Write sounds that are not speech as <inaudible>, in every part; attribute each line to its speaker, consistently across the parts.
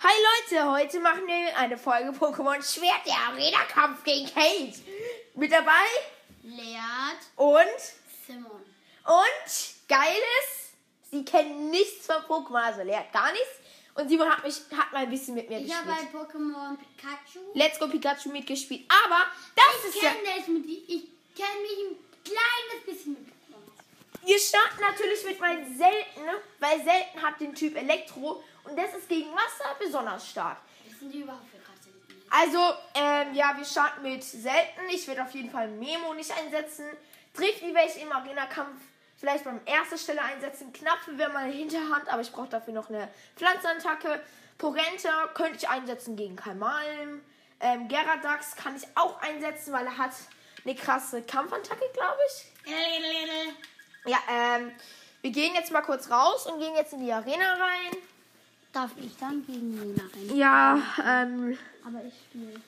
Speaker 1: Hi Leute, heute machen wir eine Folge Pokémon Schwert, der Arena-Kampf gegen Kate. Mit dabei
Speaker 2: Leert
Speaker 1: und,
Speaker 2: Simon.
Speaker 1: und, geiles, sie kennen nichts von Pokémon, also lehrt gar nichts. Und Simon hat mich, hat mal ein bisschen mit mir
Speaker 2: Ich habe
Speaker 1: gespielt.
Speaker 2: bei Pokémon Pikachu.
Speaker 1: Let's Go Pikachu mitgespielt, aber das
Speaker 2: ich
Speaker 1: ist ja,
Speaker 2: kenne das mit Ich kenne mich ein kleines bisschen mit Pokémon.
Speaker 1: wir starten natürlich mit meinen Seltenen, weil Selten hat den Typ Elektro und das ist gegen Wasser besonders stark.
Speaker 2: Was sind die überhaupt für Kategorien?
Speaker 1: Also, ähm, ja, wir starten mit selten. Ich werde auf jeden Fall Memo nicht einsetzen. Tricky werde ich im Arena-Kampf vielleicht beim ersten Stelle einsetzen. Knapfe wäre meine Hinterhand, aber ich brauche dafür noch eine Pflanzenattacke. Porenta könnte ich einsetzen gegen Kalmalm. Ähm, Geradax kann ich auch einsetzen, weil er hat eine krasse Kampfattacke, glaube ich. Ja, ähm, wir gehen jetzt mal kurz raus und gehen jetzt in die Arena rein.
Speaker 2: Darf ich dann gegen Lena rein?
Speaker 1: Ja, ähm,
Speaker 2: Aber ich spiele.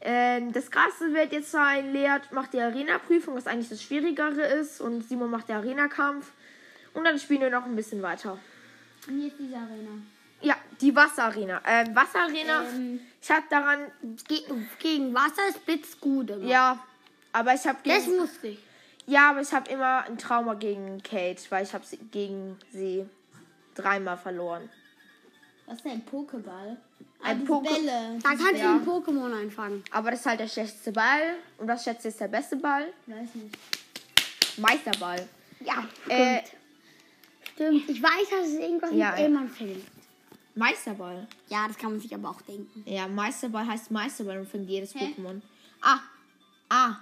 Speaker 1: Ähm, das Krasse wird jetzt sein, Lea macht die Arena-Prüfung, was eigentlich das Schwierigere ist. Und Simon macht den Arena-Kampf. Und dann spielen wir noch ein bisschen weiter.
Speaker 2: Und jetzt diese Arena.
Speaker 1: Ja, die Wasserarena. Ähm, Wasserarena,
Speaker 2: Ähm.
Speaker 1: ich hab daran...
Speaker 2: Gegen, gegen Wasser ist Blitz gut. Immer.
Speaker 1: Ja, aber ich hab
Speaker 2: Das
Speaker 1: gegen...
Speaker 2: wusste ich.
Speaker 1: Ja, aber ich hab immer ein Trauma gegen Kate, weil ich hab sie, gegen sie dreimal verloren.
Speaker 2: Was ist denn ein Pokéball?
Speaker 1: Ein
Speaker 2: Ein
Speaker 1: Poke-
Speaker 2: Bälle. Da kannst
Speaker 1: Ja.
Speaker 2: du ein Pokémon einfangen.
Speaker 1: Aber das ist halt der schlechteste Ball. Und was schätzt ihr, ist der beste Ball?
Speaker 2: Weiß nicht.
Speaker 1: Meisterball.
Speaker 2: Ja,
Speaker 1: Äh,
Speaker 2: stimmt. Ich weiß, dass es irgendwas
Speaker 1: Ja,
Speaker 2: mit
Speaker 1: ja.
Speaker 2: Elmann fehlt.
Speaker 1: Meisterball.
Speaker 2: Ja, das kann man sich aber auch denken.
Speaker 1: Ja, Meisterball heißt Meisterball und fängt jedes
Speaker 2: Hä?
Speaker 1: Pokémon. Ah, ah.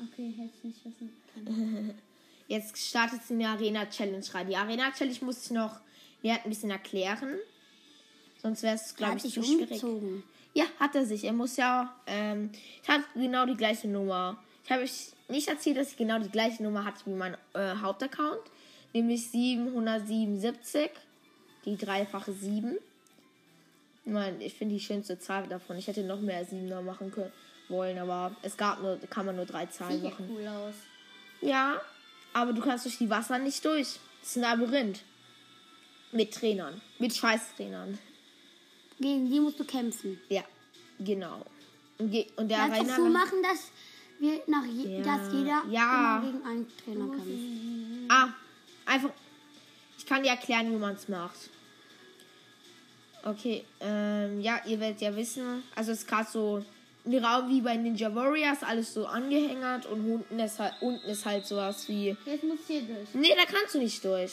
Speaker 2: Okay, hätte ich nicht wissen
Speaker 1: Jetzt startet sie eine Arena Challenge rein. Die Arena Challenge muss ich noch ja, ein bisschen erklären. Sonst wäre es, glaube
Speaker 2: Hat
Speaker 1: ich,
Speaker 2: sich
Speaker 1: zu schwierig.
Speaker 2: umgezogen.
Speaker 1: Ja, hat er sich. Er muss ja. Ähm, ich habe genau die gleiche Nummer. Ich habe euch nicht erzählt, dass ich genau die gleiche Nummer hatte wie mein äh, Hauptaccount. Nämlich 777. Die dreifache 7. Ich meine, ich finde die schönste Zahl davon. Ich hätte noch mehr 7er machen können, wollen, aber es gab nur, kann man nur drei Zahlen
Speaker 2: Sieht ja
Speaker 1: machen.
Speaker 2: cool aus.
Speaker 1: Ja, aber du kannst durch die Wasser nicht durch. Das ist ein Labyrinth. Mit Trainern. Mit Scheißtrainern.
Speaker 2: Gegen die musst du kämpfen.
Speaker 1: Ja, genau. Und, ge und der
Speaker 2: Kannst
Speaker 1: Rainer.
Speaker 2: du so machen, dass wir nach je
Speaker 1: Ja.
Speaker 2: dass jeder
Speaker 1: Ja.
Speaker 2: immer gegen einen Trainer kämpft.
Speaker 1: Ah, einfach. Ich kann dir erklären, wie man es macht. Okay, ähm, ja, ihr werdet ja wissen. Also es ist gerade so ein Raum wie bei Ninja Warriors, alles so angehängert und unten ist halt, unten ist halt sowas wie.
Speaker 2: Jetzt muss hier durch.
Speaker 1: Nee, da kannst du nicht durch.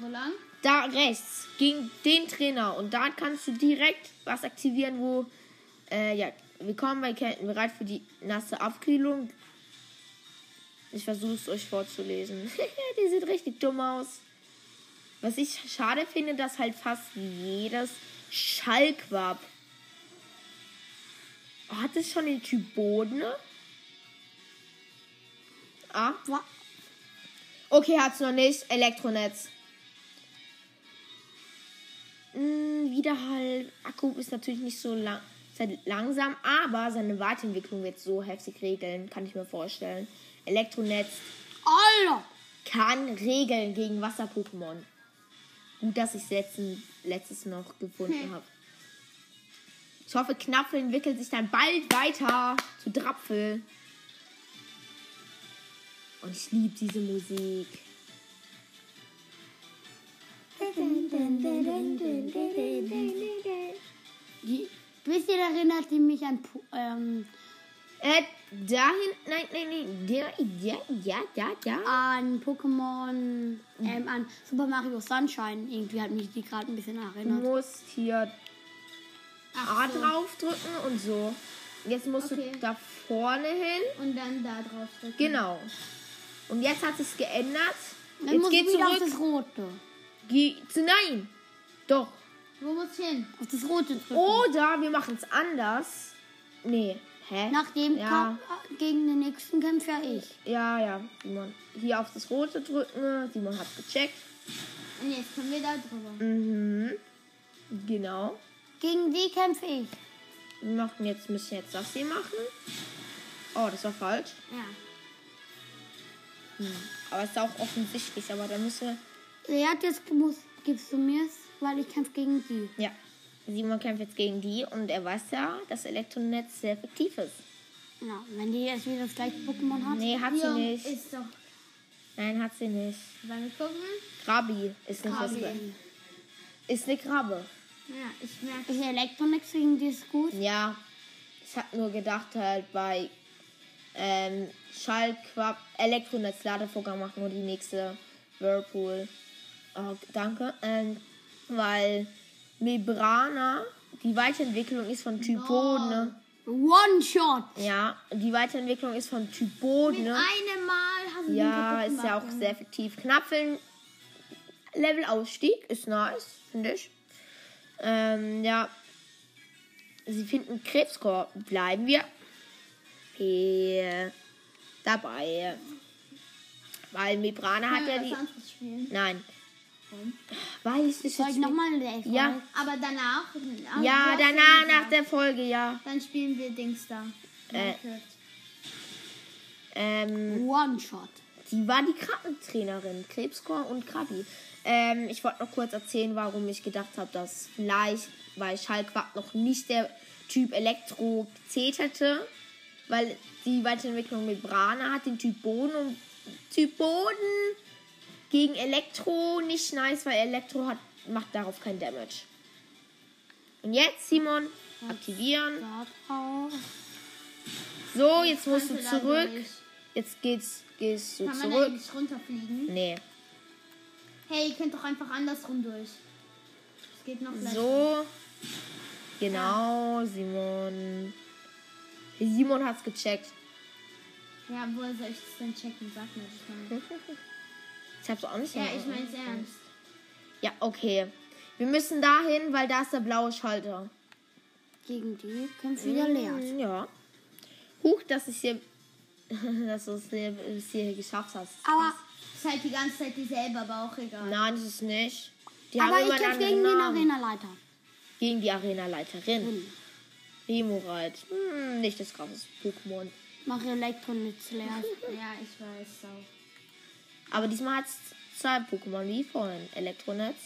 Speaker 2: Wo lang?
Speaker 1: da rechts gegen den Trainer und da kannst du direkt was aktivieren, wo äh, ja, willkommen bei Kenten bereit für die nasse Abkühlung. Ich versuche es euch vorzulesen. <laughs> die sieht richtig dumm aus. Was ich schade finde, dass halt fast jedes Schallquab. Hat es schon den Typ Boden? Ah,
Speaker 2: Wa-
Speaker 1: Okay, hat's noch nicht. Elektronetz. Hm, Wiederhall. Akku ist natürlich nicht so lang, ist halt langsam, aber seine Weiterentwicklung wird so heftig regeln, kann ich mir vorstellen. Elektronetz
Speaker 2: Alter!
Speaker 1: kann regeln gegen Wasser-Pokémon. Gut, dass ich letzten, letztes noch gefunden habe. Ich hoffe, Knappel entwickelt sich dann bald weiter zu Drapfel. Und ich liebe diese Musik.
Speaker 2: Die, wisst ihr, erinnert die mich an Po- ähm,
Speaker 1: Äh, dahin. Nein, nein, nein. Der, ja, ja, ja, ja.
Speaker 2: an Pokémon, ähm, an Super Mario Sunshine. Irgendwie hat mich die gerade ein bisschen
Speaker 1: Du
Speaker 2: erinnert. Ah,
Speaker 1: musst hier A draufdrücken und so. Jetzt musst
Speaker 2: Okay.
Speaker 1: du da vorne hin.
Speaker 2: Und dann da drauf drücken.
Speaker 1: Genau. Und jetzt hat es geändert.
Speaker 2: Dann
Speaker 1: jetzt
Speaker 2: muss
Speaker 1: geh
Speaker 2: ich wieder
Speaker 1: zurück.
Speaker 2: auf das Rote.
Speaker 1: Geh, zu- nein. Doch.
Speaker 2: Wo muss ich hin? Auf das Rote drücken.
Speaker 1: Oder wir machen es anders. Nee. Hä?
Speaker 2: Nachdem
Speaker 1: Ja.
Speaker 2: kommt, äh, gegen den nächsten Kämpfer ich.
Speaker 1: Ja, ja. Simon. Hier auf das Rote drücken. Simon hat gecheckt.
Speaker 2: Und jetzt können wir da drüber.
Speaker 1: Mhm. Genau.
Speaker 2: Gegen die kämpfe ich.
Speaker 1: Wir machen jetzt, müssen jetzt das hier machen. Oh, das war falsch.
Speaker 2: Ja.
Speaker 1: Aber es ist auch offensichtlich. Aber da müssen
Speaker 2: Ja, das muss, gibst du mir, weil ich kämpfe gegen die.
Speaker 1: wir. Ja. Simon kämpft jetzt gegen die und er weiß ja, dass Elektronetz sehr effektiv ist.
Speaker 2: Ja, Genau. wenn die jetzt wieder das gleiche Pokémon hat.
Speaker 1: Nee, hat sie
Speaker 3: Ja,
Speaker 1: nicht.
Speaker 3: Ist doch.
Speaker 1: Nein, hat sie nicht.
Speaker 3: Wann gucken?
Speaker 1: Grabi ist nicht das
Speaker 3: Kabel.
Speaker 1: Ist eine Krabbe.
Speaker 3: Ja, ich merke.
Speaker 2: Ist Elektronik wegen dir ist gut?
Speaker 1: Ja, ich habe nur gedacht halt bei ähm, Schallquab Elektronetz Ladevorgang macht nur die nächste Whirlpool. Oh, danke. Ähm, weil Mebrana, die Weiterentwicklung ist von Typ Bodne.
Speaker 2: One Shot.
Speaker 1: Ja, die Weiterentwicklung ist von Typ Bodne.
Speaker 3: Eine Mal hast du
Speaker 1: Ja,
Speaker 3: den kaputt
Speaker 1: ist ja auch
Speaker 3: gemacht.
Speaker 1: sehr effektiv. Knapfeln Levelausstieg ist nice, finde ich. Ähm, ja. Sie finden Krebskorb. Bleiben wir hier dabei. Weil Mibrana hat ja
Speaker 3: Können wir
Speaker 1: die.
Speaker 3: was anderes spielen.
Speaker 1: Nein. Weil es ist
Speaker 2: Soll ich
Speaker 1: jetzt.
Speaker 2: nochmal Elf?
Speaker 1: Ja,
Speaker 3: Aber danach. ah, du
Speaker 1: ja,
Speaker 3: hast
Speaker 1: danach,
Speaker 3: gesagt.
Speaker 1: nach der Folge, ja.
Speaker 3: Dann spielen wir Dings da.
Speaker 1: Äh.
Speaker 3: Minecraft.
Speaker 1: Ähm,
Speaker 2: One Shot.
Speaker 1: Die war die Krabbentrainerin, Krebskorn und Krabi. Ähm, ich wollte noch kurz erzählen, warum ich gedacht habe, dass vielleicht bei Schallquack noch nicht der Typ Elektro gezählt hätte, weil die Weiterentwicklung mit Brana hat den Typ Boden und Typ Boden gegen Elektro nicht nice, weil Elektro hat, macht darauf keinen Damage. Und jetzt, Simon, aktivieren.
Speaker 2: Da drauf.
Speaker 1: So, jetzt musst du
Speaker 3: Kannst da
Speaker 1: zurück.
Speaker 3: durch?
Speaker 1: Jetzt geht's, gehst du
Speaker 3: Kann man da
Speaker 1: zurück.
Speaker 3: nicht runterfliegen?
Speaker 1: Nee.
Speaker 3: Hey, ihr könnt doch einfach andersrum durch. Es geht noch leichter.
Speaker 1: So. Genau, Simon. Simon hat's
Speaker 2: <laughs>
Speaker 1: gecheckt.
Speaker 3: Ja, woher soll ich das denn checken? Sag mir das mal.
Speaker 1: Ich hab's auch nicht
Speaker 3: Ja,
Speaker 1: in
Speaker 3: ich
Speaker 1: Ordnung.
Speaker 3: mein's ernst.
Speaker 1: Ja, okay. Wir müssen dahin, weil da ist der blaue Schalter.
Speaker 2: Gegen die kämpft
Speaker 3: Äh.
Speaker 2: wieder Leer.
Speaker 1: Hm, Ja. Huch, dass ich hier. <laughs> dass du es hier, es hier geschafft hast.
Speaker 2: Aber,
Speaker 3: Ist halt die ganze Zeit dieselbe, aber auch egal.
Speaker 1: Nein, das ist nicht. Die
Speaker 2: aber
Speaker 1: haben
Speaker 2: ich
Speaker 1: immer einen
Speaker 2: kämpfe
Speaker 1: anderen
Speaker 2: gegen den
Speaker 1: Namen.
Speaker 2: Arena-Leiter.
Speaker 1: Gegen die Arenaleiterin.
Speaker 2: Hm.
Speaker 1: Remoraid. Hm, nicht das krasseste Pokémon.
Speaker 2: Mache Elektronik
Speaker 1: <laughs>
Speaker 2: leer.
Speaker 3: Ja, ich weiß auch.
Speaker 1: Aber diesmal hat es zwei Pokémon wie vorhin. Elektronetz.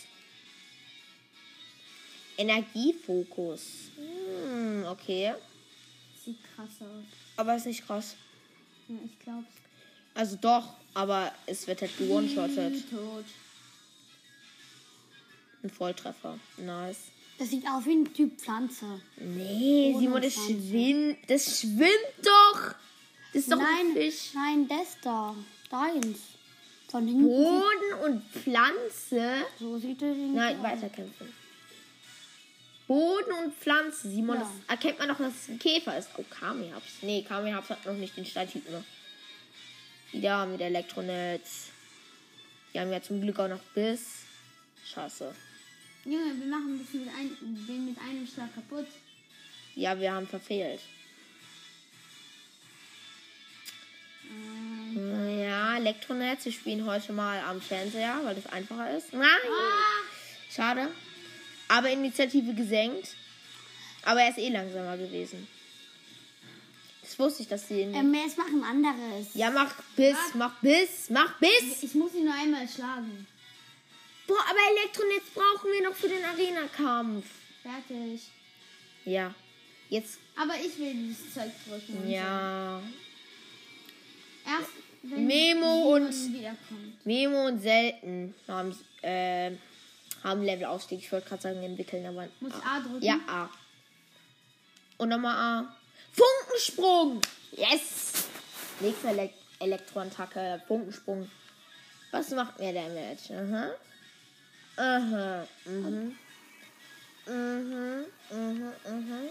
Speaker 1: Energiefokus. Hm, okay.
Speaker 3: Sieht krass aus.
Speaker 1: Aber ist nicht krass.
Speaker 3: Ja, ich glaub's.
Speaker 1: Also doch, aber es wird halt gewone-shotted.
Speaker 3: Tot.
Speaker 1: Ein Volltreffer. Nice.
Speaker 2: Das sieht aus wie ein Typ Pflanze.
Speaker 1: Nee, Simon, das
Speaker 2: 25.
Speaker 1: schwimmt. Das schwimmt doch! Das ist doch ein
Speaker 2: nein,
Speaker 1: Fisch.
Speaker 2: nein, das da. Deins. Von hinten.
Speaker 1: Boden und Pflanze.
Speaker 2: So sieht er den.
Speaker 1: Nein, weiterkämpfen. Boden und Pflanze, Simon,
Speaker 2: Ja.
Speaker 1: das erkennt man doch, dass es ein Käfer ist. Oh, Kamehaps. Nee, Kamehaps hat noch nicht den Steintyp mehr. Wieder mit Elektronetz. Die haben ja zum Glück auch noch Biss. Scheiße.
Speaker 3: Junge, wir machen das mit ein, den mit einem Schlag kaputt.
Speaker 1: Ja, wir haben verfehlt. Ja, Elektronetz. Wir spielen heute mal am Fernseher, weil das einfacher ist. Nein!
Speaker 2: Ah.
Speaker 1: Schade. Aber Initiative gesenkt. Aber er ist eh langsamer gewesen. Das wusste ich, dass sie ihn.
Speaker 2: Ähm, jetzt machen anderes.
Speaker 1: ja, mach bis, mach bis, mach bis!
Speaker 3: Ich muss ihn nur einmal schlagen.
Speaker 1: Boah, aber Elektronetz brauchen wir noch für den Arena-Kampf.
Speaker 3: Fertig.
Speaker 1: Ja. Jetzt.
Speaker 3: Aber ich will dieses Zeug drücken. und
Speaker 1: Ja.
Speaker 3: so. Erst wenn
Speaker 1: Memo
Speaker 3: die
Speaker 1: und
Speaker 3: Simon wiederkommt.
Speaker 1: Memo und selten haben, äh, haben Levelaufstieg. Ich wollte gerade sagen, entwickeln, aber. Ah.
Speaker 3: Muss ich A drücken?
Speaker 1: Ja,
Speaker 2: Mhm.
Speaker 1: A. Und nochmal A. Funkensprung! Yes! Nächste Elek Elektroattacke. Funkensprung. Was macht mir Damage? Aha. Aha. Mhm. Mhm. Mhm. Mhm.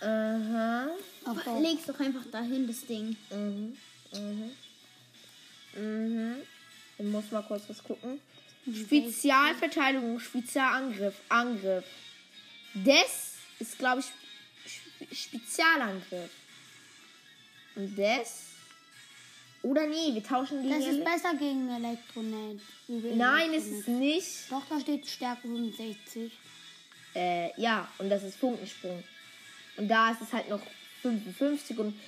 Speaker 1: Aha.
Speaker 2: Auf
Speaker 3: Aber Leg's doch einfach dahin, das Ding.
Speaker 1: Mhm. Mhm. Mhm. Ich muss mal kurz was gucken. Spezialverteidigung, Spezialangriff, Angriff. Das ist, glaube ich, Sp- Spezialangriff. Und das. Oder nee, wir tauschen gegen.
Speaker 2: Das ist
Speaker 1: Ele-
Speaker 2: besser gegen Elektronet. Über
Speaker 1: Nein, es
Speaker 2: Elektronet.
Speaker 1: ist nicht.
Speaker 2: Doch, da steht Stärke 65.
Speaker 1: Äh, ja, und das ist Funkensprung. Und da ist es halt noch 55 und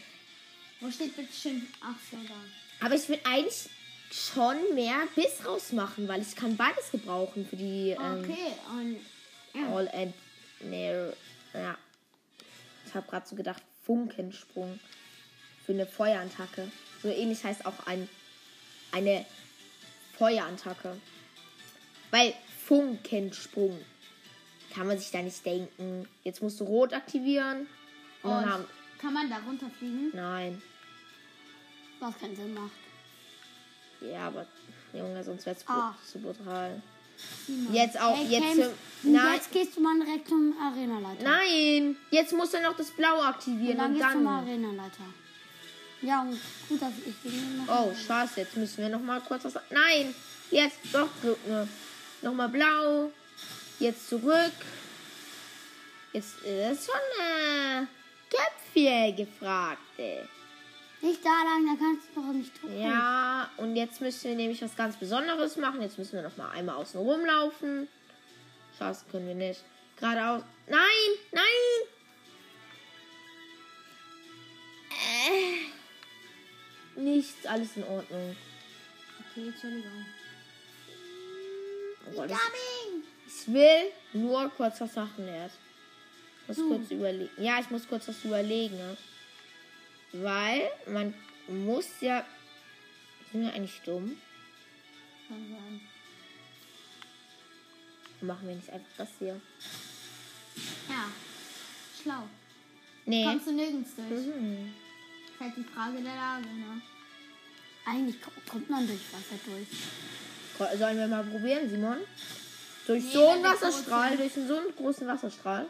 Speaker 3: Wo steht bitte schön? Ach so, da.
Speaker 1: Aber ich will eigentlich schon mehr
Speaker 2: Ah,
Speaker 1: Biss rausmachen, weil ich kann beides gebrauchen für die ähm,
Speaker 3: Okay, und. Ja.
Speaker 1: All and Nee, ja. Ich habe gerade so gedacht, Funkensprung. Für eine Feuerattacke. So ähnlich heißt auch ein, eine Feuerattacke. Weil Funkensprung. Kann man sich da nicht denken. Jetzt musst du rot aktivieren. Und
Speaker 2: Oh,
Speaker 1: dann haben,
Speaker 3: Kann man da runterfliegen?
Speaker 1: nein.
Speaker 2: Was keinen Sinn macht.
Speaker 1: Ja, aber Junge, sonst wär's
Speaker 2: Ah.
Speaker 1: zu brutal. Jetzt auch,
Speaker 2: Hey,
Speaker 1: jetzt.
Speaker 2: Cam,
Speaker 1: Tim- nein,
Speaker 2: Jetzt gehst du mal direkt zum Arenaleiter.
Speaker 1: nein, jetzt muss er noch das Blaue
Speaker 2: Und
Speaker 1: aktivieren
Speaker 2: dann
Speaker 1: und
Speaker 2: gehst du
Speaker 1: dann.
Speaker 2: zum Arenaleiter. Ja, und gut, dass ich bin.
Speaker 1: oh, scheiße, jetzt müssen wir noch mal kurz was. Nein, jetzt doch drücken. Noch mal blau. Jetzt zurück. Jetzt ist schon äh, Köpfchen gefragt, ey.
Speaker 2: Nicht da lang, da kannst du doch nicht drücken.
Speaker 1: Ja, und jetzt müssen wir nämlich was ganz Besonderes machen. Jetzt müssen wir noch mal einmal außen rumlaufen. Scheiße, können wir nicht. Geradeaus. Nein, nein! Äh. Nichts, alles in Ordnung.
Speaker 3: Okay, Entschuldigung.
Speaker 1: Oh Gott, ich, ich will nur kurz was machen, erst. Muss kurz überlegen. Ja, ich muss kurz was überlegen. Ne? Weil man muss ja. Sind wir eigentlich dumm?
Speaker 3: Kann sein.
Speaker 1: Machen wir nicht einfach das hier.
Speaker 3: Ja. Schlau.
Speaker 1: Nee.
Speaker 3: Kommst du nirgends durch.
Speaker 1: Mhm.
Speaker 3: Ist halt die Frage der Lage, ne?
Speaker 2: Eigentlich ko- kommt man durch Wasser durch.
Speaker 1: Ko- Sollen wir mal probieren, Simon? Durch
Speaker 3: Nee,
Speaker 1: so einen
Speaker 3: wenn wir groß
Speaker 1: Wasserstrahl,
Speaker 3: sind.
Speaker 1: durch so einen großen Wasserstrahl.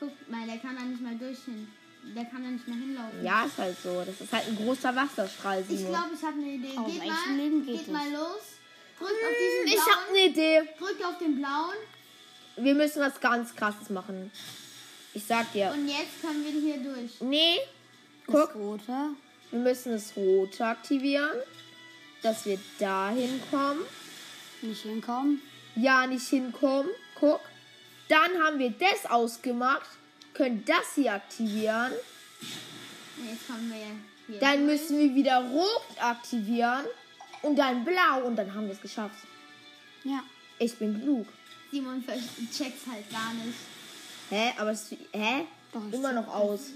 Speaker 3: Guck mal, der kann da nicht mal durch hin. Der kann da nicht mal hinlaufen.
Speaker 1: Ja, ist halt so. Das ist halt ein großer Wasserstrahl,
Speaker 3: Ich
Speaker 1: Simon.
Speaker 3: glaube, ich habe eine Idee.
Speaker 1: Oh,
Speaker 2: Aus
Speaker 3: geht
Speaker 2: welchem
Speaker 3: mal,
Speaker 2: Leben geht
Speaker 3: geht
Speaker 2: es?
Speaker 3: mal los. Drückt auf diesen
Speaker 1: Hm, ich habe
Speaker 3: blauen.
Speaker 1: eine Idee.
Speaker 3: Drückt auf den blauen.
Speaker 1: Wir müssen was ganz krasses machen. Ich sag dir.
Speaker 3: Und jetzt können wir hier durch.
Speaker 1: Nee. Guck,
Speaker 2: Das Rote.
Speaker 1: wir müssen das Rote aktivieren, dass wir da hinkommen.
Speaker 2: Nicht hinkommen.
Speaker 1: Ja, nicht hinkommen. Guck. Dann haben wir das ausgemacht, können das hier aktivieren.
Speaker 3: Und Jetzt kommen wir hier.
Speaker 1: Dann müssen wir wieder Rot aktivieren und dann Blau und dann haben wir es geschafft.
Speaker 2: Ja.
Speaker 1: Ich bin klug.
Speaker 3: Simon ver- checkt's halt gar nicht.
Speaker 1: Hä? Aber es, hä?
Speaker 2: Doch, ich
Speaker 1: Immer noch aus.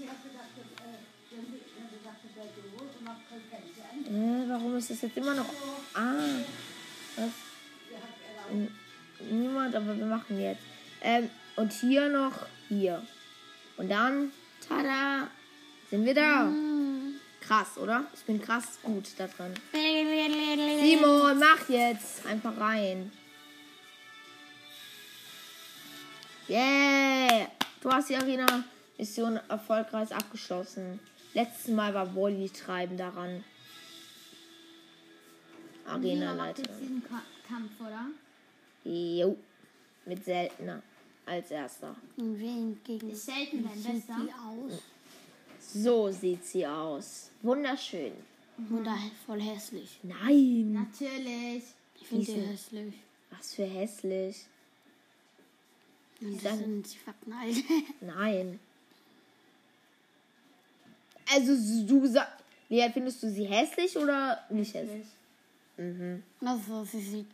Speaker 1: Hä, warum ist das jetzt immer noch? Ah. Was? N- Niemand, aber wir machen jetzt. Ähm, und hier noch hier. Und dann, tada, sind wir da. Krass, oder? Ich bin krass gut da dran. Simon, mach jetzt. Einfach rein. Yeah. Du hast die Arena-Mission erfolgreich abgeschlossen. Letztes Mal war Wolli treiben daran.
Speaker 3: Simon macht
Speaker 1: Arena-Leiter.
Speaker 3: jetzt diesen Ka Kampf, oder?
Speaker 1: Jo. Mit seltener als erster.
Speaker 2: Und wir entgegen.
Speaker 3: Ist selten dein
Speaker 2: Sieht
Speaker 3: Bester.
Speaker 2: die aus.
Speaker 1: So sieht sie aus. Wunderschön. Mhm.
Speaker 2: Wunder voll hässlich.
Speaker 1: Nein.
Speaker 3: Natürlich.
Speaker 2: Ich finde die
Speaker 1: Diese-
Speaker 2: hässlich.
Speaker 1: Was für hässlich.
Speaker 2: Die
Speaker 1: Dann-
Speaker 2: sind sie verknallt. <laughs>
Speaker 1: Nein. Also s- du sagst, Lea, findest du sie hässlich oder nicht hässlich?
Speaker 2: also, sie sieht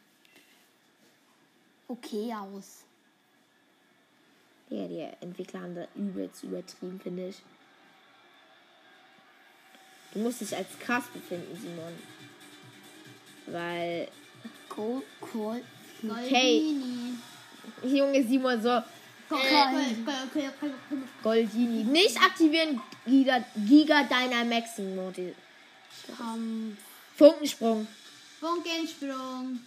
Speaker 2: okay aus.
Speaker 1: Ja, die Entwickler haben da übelst übertrieben, finde ich. Du musst dich als krass befinden, Simon. Weil,
Speaker 2: Cool, cool.
Speaker 1: okay, Äh.
Speaker 3: Goldini.
Speaker 1: Junge Simon, so
Speaker 3: Gold, Gold, Gold, Gold, Gold, Gold.
Speaker 1: Goldini. Nicht aktivieren Giga, Giga Dynamaxen Modi.
Speaker 2: Ähm,
Speaker 1: Funkensprung.
Speaker 3: Funkensprung.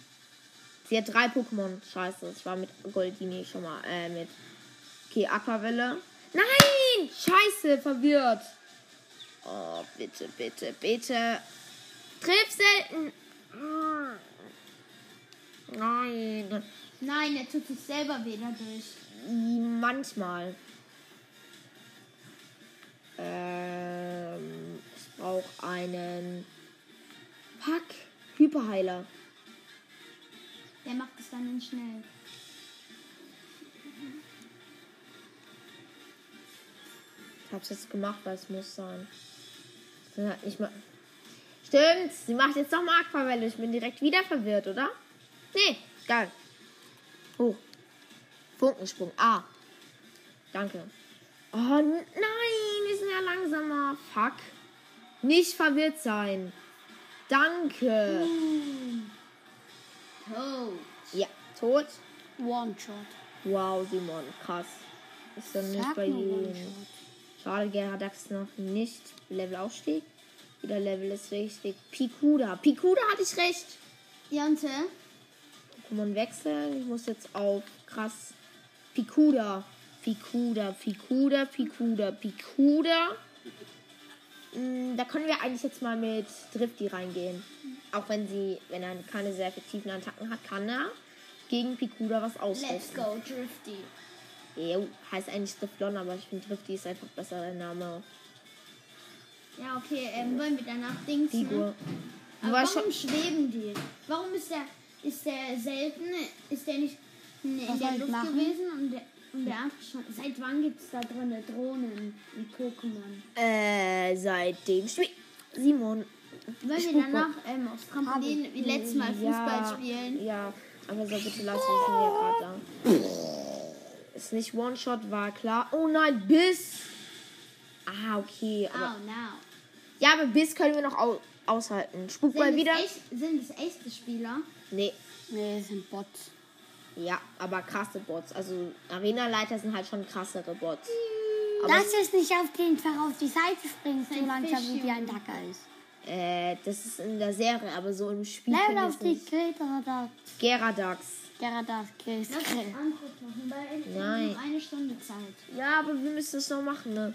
Speaker 1: Sie hat drei Pokémon. Scheiße, ich war mit Goldini schon mal. Äh, mit. Okay, Aquavelle. Nein! Scheiße, verwirrt. Oh, bitte, bitte, bitte. Triff selten. Ah. Nein.
Speaker 3: Nein, er tut sich selber weh dadurch.
Speaker 1: Manchmal. Ähm, ich brauche einen. Pack. Hyperheiler.
Speaker 3: Der macht es dann in schnell.
Speaker 1: Ich hab's jetzt gemacht, weil es muss sein. Sind halt nicht mal. Stimmt, sie macht jetzt nochmal Aquarelle. Ich bin direkt wieder verwirrt, oder? Nee, geil. Oh. Funkensprung. Ah. Danke. Oh n- nein, wir sind ja langsamer. Fuck. Nicht verwirrt sein. Danke.
Speaker 3: Oh.
Speaker 1: Ja, tot.
Speaker 2: One-Shot.
Speaker 1: Wow, Simon, krass. Ist dann nicht
Speaker 2: Sag
Speaker 1: bei
Speaker 2: nur
Speaker 1: jedem.
Speaker 2: One-Shot.
Speaker 1: Schade, Gerhard Dax noch nicht Levelaufstieg. Jeder Level ist richtig. Pikuda. Pikuda hatte ich recht.
Speaker 3: Ja, und äh,
Speaker 1: Pokémon wechseln. Ich muss jetzt auf krass. Pikuda. Pikuda, Pikuda, Pikuda, Pikuda. Mm, Da können wir eigentlich jetzt mal mit Drifty reingehen. Auch wenn sie, wenn er keine sehr effektiven Attacken hat, kann er gegen Pikuda was
Speaker 3: let's
Speaker 1: ausrichten.
Speaker 3: go, Drifty.
Speaker 1: Jo, heißt eigentlich Driftlon, aber ich finde Drifty ist einfach besser der Name.
Speaker 3: Ja, okay, ähm, wollen wir danach Dings, ne?
Speaker 1: Figur.
Speaker 3: Aber
Speaker 1: Aber
Speaker 3: warum schweben die? Warum ist der, ist der selten, ist der nicht in, in
Speaker 2: Was
Speaker 3: der
Speaker 2: soll ich
Speaker 3: Luft
Speaker 2: machen?
Speaker 3: gewesen und der, und der andere schon? Seit wann gibt es da drin Drohnen in Pokémon?
Speaker 1: Äh, seit dem Spiel. Simon.
Speaker 3: Wollen wir danach ähm, aufs Trampolin wie letztes Mal Fußball
Speaker 1: ja,
Speaker 3: spielen?
Speaker 1: Ja, aber so bitte lass wir sind ja gerade da. Ist nicht One-Shot, war klar. Oh nein, Biss! Ah, okay. Aber,
Speaker 3: Oh, now.
Speaker 1: Ja, aber Biss können wir noch au aushalten. Spuck mal
Speaker 3: Sind,
Speaker 1: wieder.
Speaker 3: Es echt, sind es echte Spieler?
Speaker 1: Nee.
Speaker 2: Nee, das sind Bots.
Speaker 1: Ja, aber krasse Bots. Also Arenaleiter sind halt schon krassere Bots.
Speaker 3: Hm.
Speaker 1: Aber
Speaker 2: Das ist nicht auf den Fall auf die Seite springen, so
Speaker 3: Ein
Speaker 2: langsam wie
Speaker 3: Fischchen.
Speaker 2: die ein Dacker ist.
Speaker 1: äh, das ist in der Serie, aber so im Spiel.
Speaker 2: Level
Speaker 1: können wir
Speaker 2: auf
Speaker 1: es
Speaker 2: die
Speaker 1: nicht.
Speaker 2: Greta,
Speaker 1: Geradax.
Speaker 2: Gerardas Chris.
Speaker 3: Lass uns Anruf machen, weil wir
Speaker 1: Nein.
Speaker 3: haben noch eine Stunde Zeit.
Speaker 1: Ja, aber wir müssen es noch machen, ne?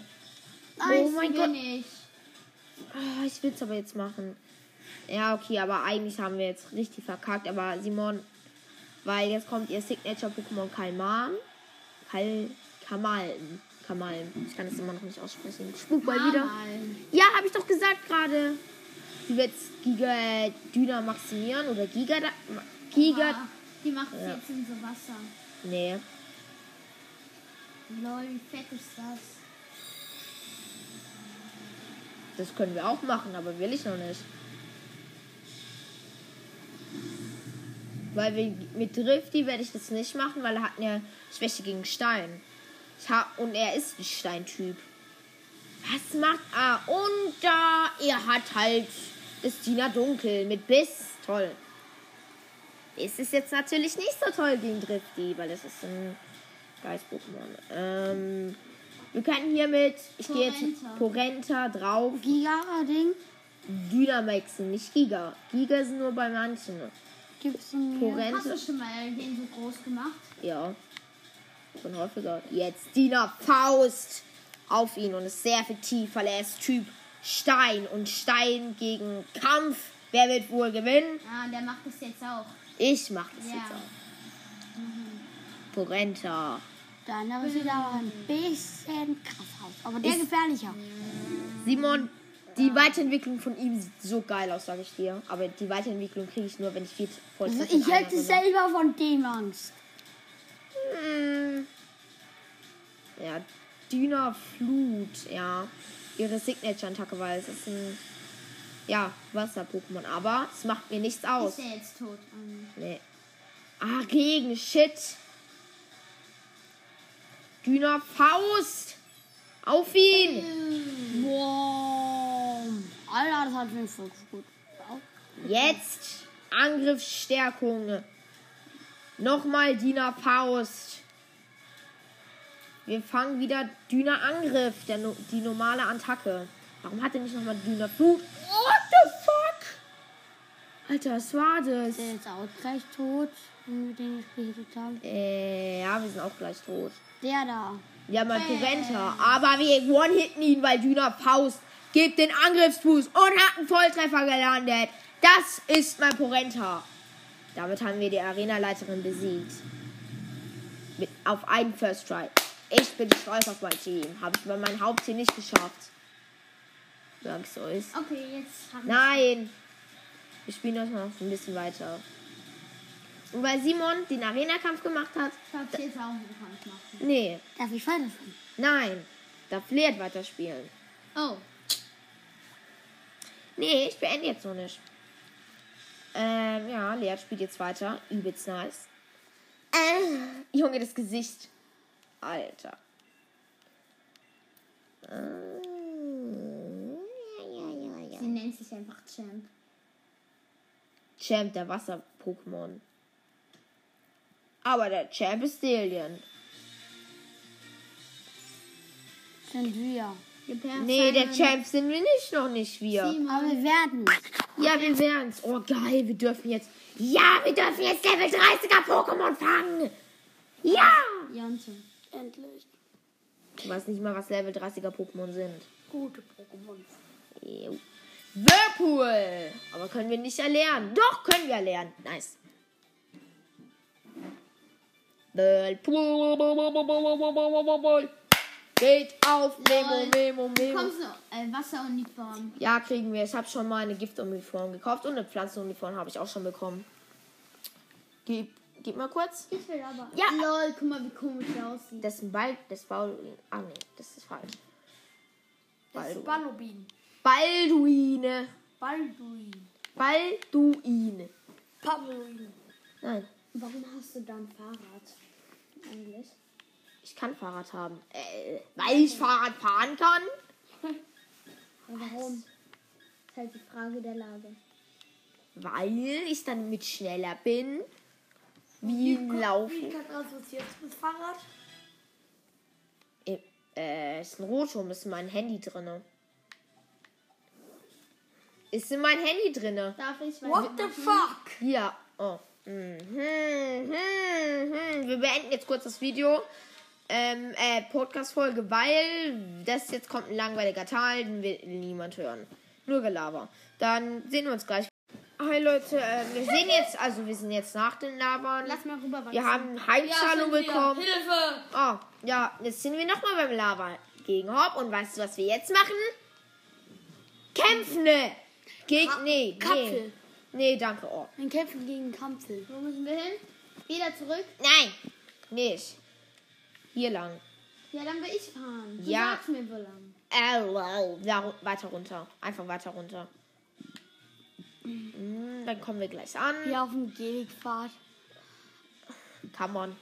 Speaker 3: Nein,
Speaker 1: oh mein
Speaker 3: wir
Speaker 1: Gott.
Speaker 3: Nicht.
Speaker 1: Ah, ich will es aber jetzt machen. Ja, okay, aber eigentlich haben wir jetzt richtig verkackt. Aber Simon, weil jetzt kommt ihr Signature-Pokémon Kalman. Kal Kamalen. Kamalen. Ich kann das immer noch nicht aussprechen. Spuk mal wieder.
Speaker 3: Kamal.
Speaker 1: Ja, habe ich doch gesagt gerade. Sie wird Giga Düna maximieren oder Giga da Giga.
Speaker 3: Ah, Die macht es
Speaker 1: Ja.
Speaker 3: jetzt in so Wasser.
Speaker 1: Nee.
Speaker 3: Lol, wie fett ist das?
Speaker 1: Das können wir auch machen, aber will ich noch nicht. Weil wir mit Drifty werde ich das nicht machen, weil er hat eine Schwäche gegen Stein. Ich hab, und er ist ein Steintyp. Was macht er? Und da er hat halt das Dina Dunkel mit Biss. Toll. Biss ist jetzt natürlich nicht so toll gegen Drifty, weil das ist ein Geist-Pokémon. Ähm, wir können hiermit, ich gehe jetzt mit Porenta drauf.
Speaker 2: Giga-Ding
Speaker 1: Dynamaxen, nicht Giga. Giga sind nur bei manchen.
Speaker 2: gibt es in mir.
Speaker 3: Hast
Speaker 1: Porenta,
Speaker 3: du schon mal den so groß gemacht?
Speaker 1: ja. Schon häufiger. Jetzt Dina Faust auf ihn und ist sehr effektiv, weil er ist Typ Stein und Stein gegen Kampf. Wer wird wohl gewinnen?
Speaker 3: Ah, der macht das jetzt auch.
Speaker 1: Ich mach das
Speaker 3: Ja.
Speaker 1: jetzt auch. Porenta.
Speaker 2: Der andere sieht aber ein bisschen krass aus. Aber der
Speaker 1: Ist-
Speaker 2: gefährlicher.
Speaker 1: Simon, die Weiterentwicklung von ihm sieht so geil aus, sage ich dir. Aber die Weiterentwicklung kriege ich nur, wenn ich viel
Speaker 2: Also
Speaker 1: Volltreffer
Speaker 2: ich
Speaker 1: in einer
Speaker 2: hätte
Speaker 1: Runde-
Speaker 2: selber von dem Angst.
Speaker 1: Mm. Ja, Dina Flut, ja. Ihre Signature-Attacke, weil es ist ein. Ja, Wasser-Pokémon. Aber es macht mir nichts aus.
Speaker 3: Ist der jetzt tot? Ähm,
Speaker 1: Nee. Ah, Regen, shit. Dina Faust. Auf ihn.
Speaker 2: Wow. Alter, das hat mir voll gut. Wow.
Speaker 1: Jetzt. Angriffsstärkung. Nochmal Dina Faust. Wir fangen wieder Dina Angriff, der, no- die normale Attacke. Warum hat er nicht nochmal Dina Blut? What the fuck? Alter, was war das?
Speaker 2: Der ist auch gleich tot, wenn wir den gespielt haben.
Speaker 1: Äh, ja, wir sind auch gleich tot.
Speaker 2: Der da.
Speaker 1: Wir haben mal Kurenta, aber wir one-hitten ihn, weil Dina Faust gibt den Angriffsfuß und hat einen Volltreffer gelandet. Das ist mein Porenta. Damit haben wir die Arenaleiterin besiegt. Mit, auf einen First Try. Ich bin stolz auf mein Team. Habe ich bei meinem Hauptteam nicht geschafft. Sag's euch.
Speaker 3: Okay, jetzt haben
Speaker 1: Nein! Wir spielen das noch ein bisschen weiter. Und weil Simon den Arena-Kampf gemacht hat,
Speaker 3: Ich glaube, jetzt auch einen Kampf machen.
Speaker 1: nee,
Speaker 2: Darf ich weiterfahren?
Speaker 1: nein, da flirt weiterspielen.
Speaker 3: Oh,
Speaker 1: Nee, ich beende jetzt noch nicht. Ähm, ja, Lea spielt jetzt weiter. Übelst nice. Äh, Junge, das Gesicht. Alter.
Speaker 3: einfach Champ.
Speaker 1: Champ, der Wasser-Pokémon. Aber der Champ ist Delian.
Speaker 2: Sind wir.
Speaker 1: Nee, der Champ sind wir nicht, noch nicht wir.
Speaker 2: Aber wir werden.
Speaker 1: Ja, wir werden's. Oh, geil, wir dürfen jetzt. Ja, wir dürfen jetzt Level 30er Pokémon fangen. Ja!
Speaker 2: Janze. Endlich.
Speaker 1: Du weißt nicht mal, was Level 30er Pokémon sind.
Speaker 2: Gute Pokémon.
Speaker 1: Jo. Whirlpool! Aber können wir nicht erlernen. Doch, können wir erlernen. Nice. Whirlpool. Geht auf. Memo,
Speaker 3: Lol.
Speaker 1: Memo, Memo.
Speaker 3: Kommst du? Äh, Wasseruniform.
Speaker 1: Ja, kriegen wir. Ich habe schon mal eine Giftuniform gekauft und eine Pflanzenuniform habe ich auch schon bekommen. Gib, gib mal kurz.
Speaker 3: Ich will aber.
Speaker 1: Ja.
Speaker 3: Lol, guck mal, wie komisch der aussieht.
Speaker 1: Das ist ein Ball. Das Bauduin. Ah, nee, das ist falsch.
Speaker 4: Das ist
Speaker 1: Balduin.
Speaker 4: Ballobin.
Speaker 1: Balduine.
Speaker 4: Balduin.
Speaker 1: Balduine.
Speaker 4: Pabloin.
Speaker 1: Nein,
Speaker 3: Warum hast du da ein Fahrrad? Eigentlich.
Speaker 1: ich kann Fahrrad haben. Äh, weil ich Fahrrad fahren kann?
Speaker 3: Und warum? ist halt die Frage der Lage.
Speaker 1: Weil ich dann mit schneller bin. Wie im Laufen.
Speaker 4: Wie kann assoziiert mit Fahrrad?
Speaker 1: Äh, ist ein Rotum, ist in mein Handy drinne. Ist in mein Handy drinne.
Speaker 3: Darf ich? Weil
Speaker 4: What the fuck?
Speaker 1: Ja. Oh. Mhm. Mhm. Wir beenden jetzt kurz das Video. Ähm, äh, Podcast-Folge, weil das jetzt kommt ein langweiliger Teil, den will niemand hören. Nur Gelaber. Dann sehen wir uns gleich. Hi Leute, äh, wir sehen jetzt, also wir sind jetzt nach den Labern.
Speaker 3: Lass mal rüber.
Speaker 1: Wir haben Heimzahlung bekommen.
Speaker 4: Hilfe!
Speaker 1: Oh, ja, jetzt sind wir nochmal beim Labern gegen Hopp. Und weißt du, was wir jetzt machen? Kämpfen! ne? Gegen, nee, nee.
Speaker 2: Kapfel.
Speaker 1: Nee, danke, oh.
Speaker 2: Ein Kämpfen gegen Kampfel.
Speaker 3: Wo müssen wir hin? Wieder zurück?
Speaker 1: Nein, nicht. Hier lang.
Speaker 3: Ja, dann will ich fahren. Du
Speaker 1: Ja.
Speaker 3: sagst mir, wo lang.
Speaker 1: Äh, wow. da, ru- weiter runter. Einfach weiter runter. Mm, Dann kommen wir gleich an.
Speaker 2: Hier auf dem Gehwegfahrt.
Speaker 1: Come on.